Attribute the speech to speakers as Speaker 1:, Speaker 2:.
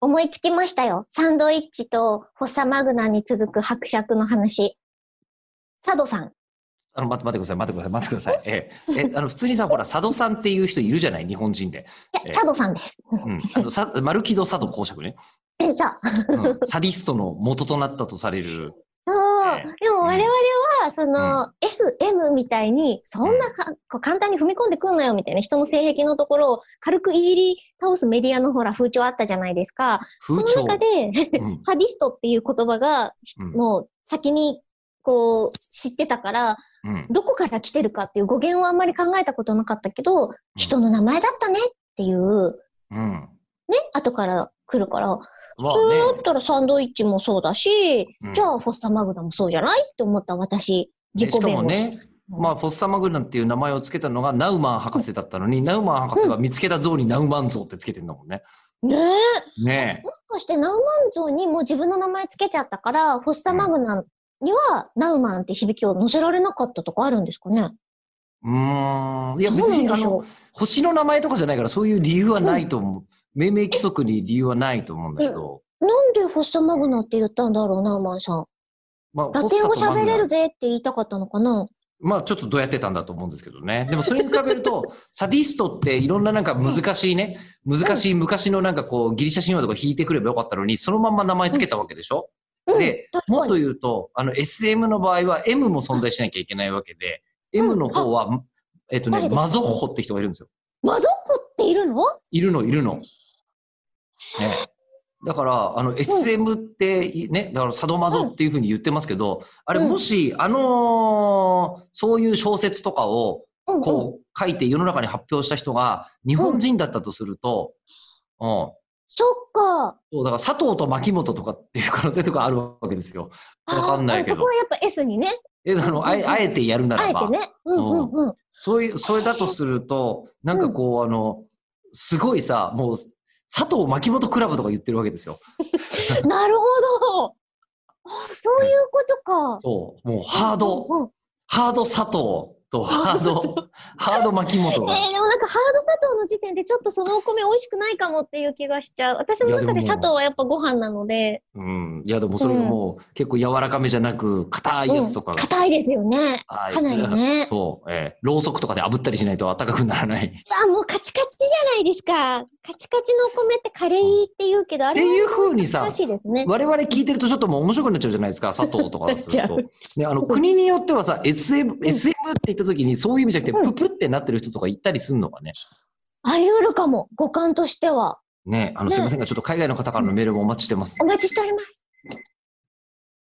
Speaker 1: 思いつきましたよ。サンドイッチとホッサマグナに続く伯爵の話。佐渡さん。
Speaker 2: あの、待って待ってください、待ってください、待ってください。ええ、えあの、普通にさ、ほら、佐渡さんっていう人いるじゃない、日本 人で。
Speaker 1: え佐渡さんです。
Speaker 2: うん。あの、さ、丸木戸佐渡公爵ね。
Speaker 1: えそう。
Speaker 2: うんサディストの元となったとされる。
Speaker 1: そう
Speaker 2: ね。
Speaker 1: でも
Speaker 2: うん
Speaker 1: 我々は、その、S、M みたいに、そんなか、こう簡単に踏み込んでくるのよ、みたいな人の性癖のところを軽くいじり倒すメディアのほら、風潮あったじゃないですか。そ
Speaker 2: 風
Speaker 1: の
Speaker 2: 潮。
Speaker 1: 中で、
Speaker 2: うん
Speaker 1: サディストっていう言葉が、
Speaker 2: うん
Speaker 1: もう先に、こう、知ってたから、
Speaker 2: うん。
Speaker 1: どこから来てるかっていう語源をあんまり考えたことなかったけど、人の名前だったねっていう、ね、
Speaker 2: うん。
Speaker 1: 後から来るから、
Speaker 2: ま
Speaker 1: それだ
Speaker 2: あ
Speaker 1: っ
Speaker 2: ね。
Speaker 1: たらサンドイッチもそうだし、
Speaker 2: うん
Speaker 1: じゃあフォスターマグナもそうじゃないって思った私、自己
Speaker 2: しか
Speaker 1: 弁
Speaker 2: も
Speaker 1: 護
Speaker 2: ね
Speaker 1: 士。、
Speaker 2: まあ、フォッサマグナっていう名前をつけたのがナウマン博士だったのに、ナウマン博士が見つけた像にナウマン像ってつけてんだもんね。
Speaker 1: ねえ。
Speaker 2: ねえ。
Speaker 1: そしてナウマン像にもう自分の名前つけちゃったから、フォスターマグナにはナウマンって響きを乗せられなかったとかあるんですかね
Speaker 2: うーん。いや、
Speaker 1: ど
Speaker 2: 別
Speaker 1: うなん
Speaker 2: に、
Speaker 1: で
Speaker 2: あ
Speaker 1: し
Speaker 2: の
Speaker 1: ょ、
Speaker 2: 星の名前とかじゃないから、そういう理由はないと思う。命名規則に理由はないと思うんだけど。
Speaker 1: うなんでフォスターマグナって言ったんだろう、ナウマンさん。
Speaker 2: まあ
Speaker 1: ラテン語
Speaker 2: フォッサと
Speaker 1: 喋
Speaker 2: マグナ
Speaker 1: れるぜって言いたかったのかな
Speaker 2: まあちょっとどうやってたんだと思うんですけどね。でもそれに比べ ると、サディストっていろんななんか難しいね、難しい昔のなんかこうギリシャ神話とか引いてくればよかったのに、そのまんま名前つけたわけでしょ、
Speaker 1: うん
Speaker 2: で、
Speaker 1: 確かに
Speaker 2: もっと言うと、あの SM の場合は M も存在しなきゃいけないわけで、M の方は、えっとね、
Speaker 1: 誰ですか
Speaker 2: マゾッホって人がいるんですよ。
Speaker 1: マゾッコっているの
Speaker 2: いるの、いるの。ね。だから、あの、SM って、ね、だから、サドマゾっていうふうに言ってますけど、あれ、
Speaker 1: うん
Speaker 2: もし、あのーそういう小説とかを、
Speaker 1: うんうん。
Speaker 2: こう、書いて世の中に発表した人が、日本人だったとすると、うん。
Speaker 1: そっか。
Speaker 2: そう、だから、佐藤と牧本とかっていう可能性とかあるわけですよ。
Speaker 1: あ
Speaker 2: わかんないけど
Speaker 1: あそこはやっぱ S にね、
Speaker 2: え、あの、あえあえてやるな
Speaker 1: あ
Speaker 2: ら
Speaker 1: え
Speaker 2: ば
Speaker 1: て、ね。うんうんうん。
Speaker 2: そういう、それだとすると、なんかこう、あの、すごいさ、もう、佐藤牧本クラブとか言ってるわけですよ。
Speaker 1: なるほど。あそういうことか。
Speaker 2: そう、もうハード、
Speaker 1: うんうん
Speaker 2: ハード佐藤とハ ード、ハード牧
Speaker 1: えー、
Speaker 2: 本が。
Speaker 1: でもなんかハード砂糖の時点でちょっとそのお米美味しくないかもっていう気がしちゃう。私の中で砂糖はやっぱご飯なので。
Speaker 2: うん、いやでもそれがもう結構柔らかめじゃなく、硬いやつとか
Speaker 1: うん
Speaker 2: が。
Speaker 1: 硬いですよね。
Speaker 2: はい
Speaker 1: かなりね
Speaker 2: そう、えーろうそくとかで炙ったりしないと暖かくならない。っ
Speaker 1: あ、もうカチカチじゃないですか。カチカチのお米ってカレーって言うけ ど、あ
Speaker 2: て
Speaker 1: れは
Speaker 2: いう風にさ
Speaker 1: ら、しいですね。
Speaker 2: 我々聞いてるとちょっともう面白くなっちゃうじゃないですか、佐藤とかだ とする
Speaker 1: なっ
Speaker 2: と。ね、あの国によってはさ、SM、SM って言った時にそういう意味じゃなく
Speaker 1: う
Speaker 2: て、
Speaker 1: ん
Speaker 2: ププってなってる人とかいたりするのがね。
Speaker 1: あり得るかも。五感としては。
Speaker 2: ね、あの
Speaker 1: ね
Speaker 2: すいませんが、ちょっと海外の方からのメールもお待ちしてます
Speaker 1: お。待ちしております。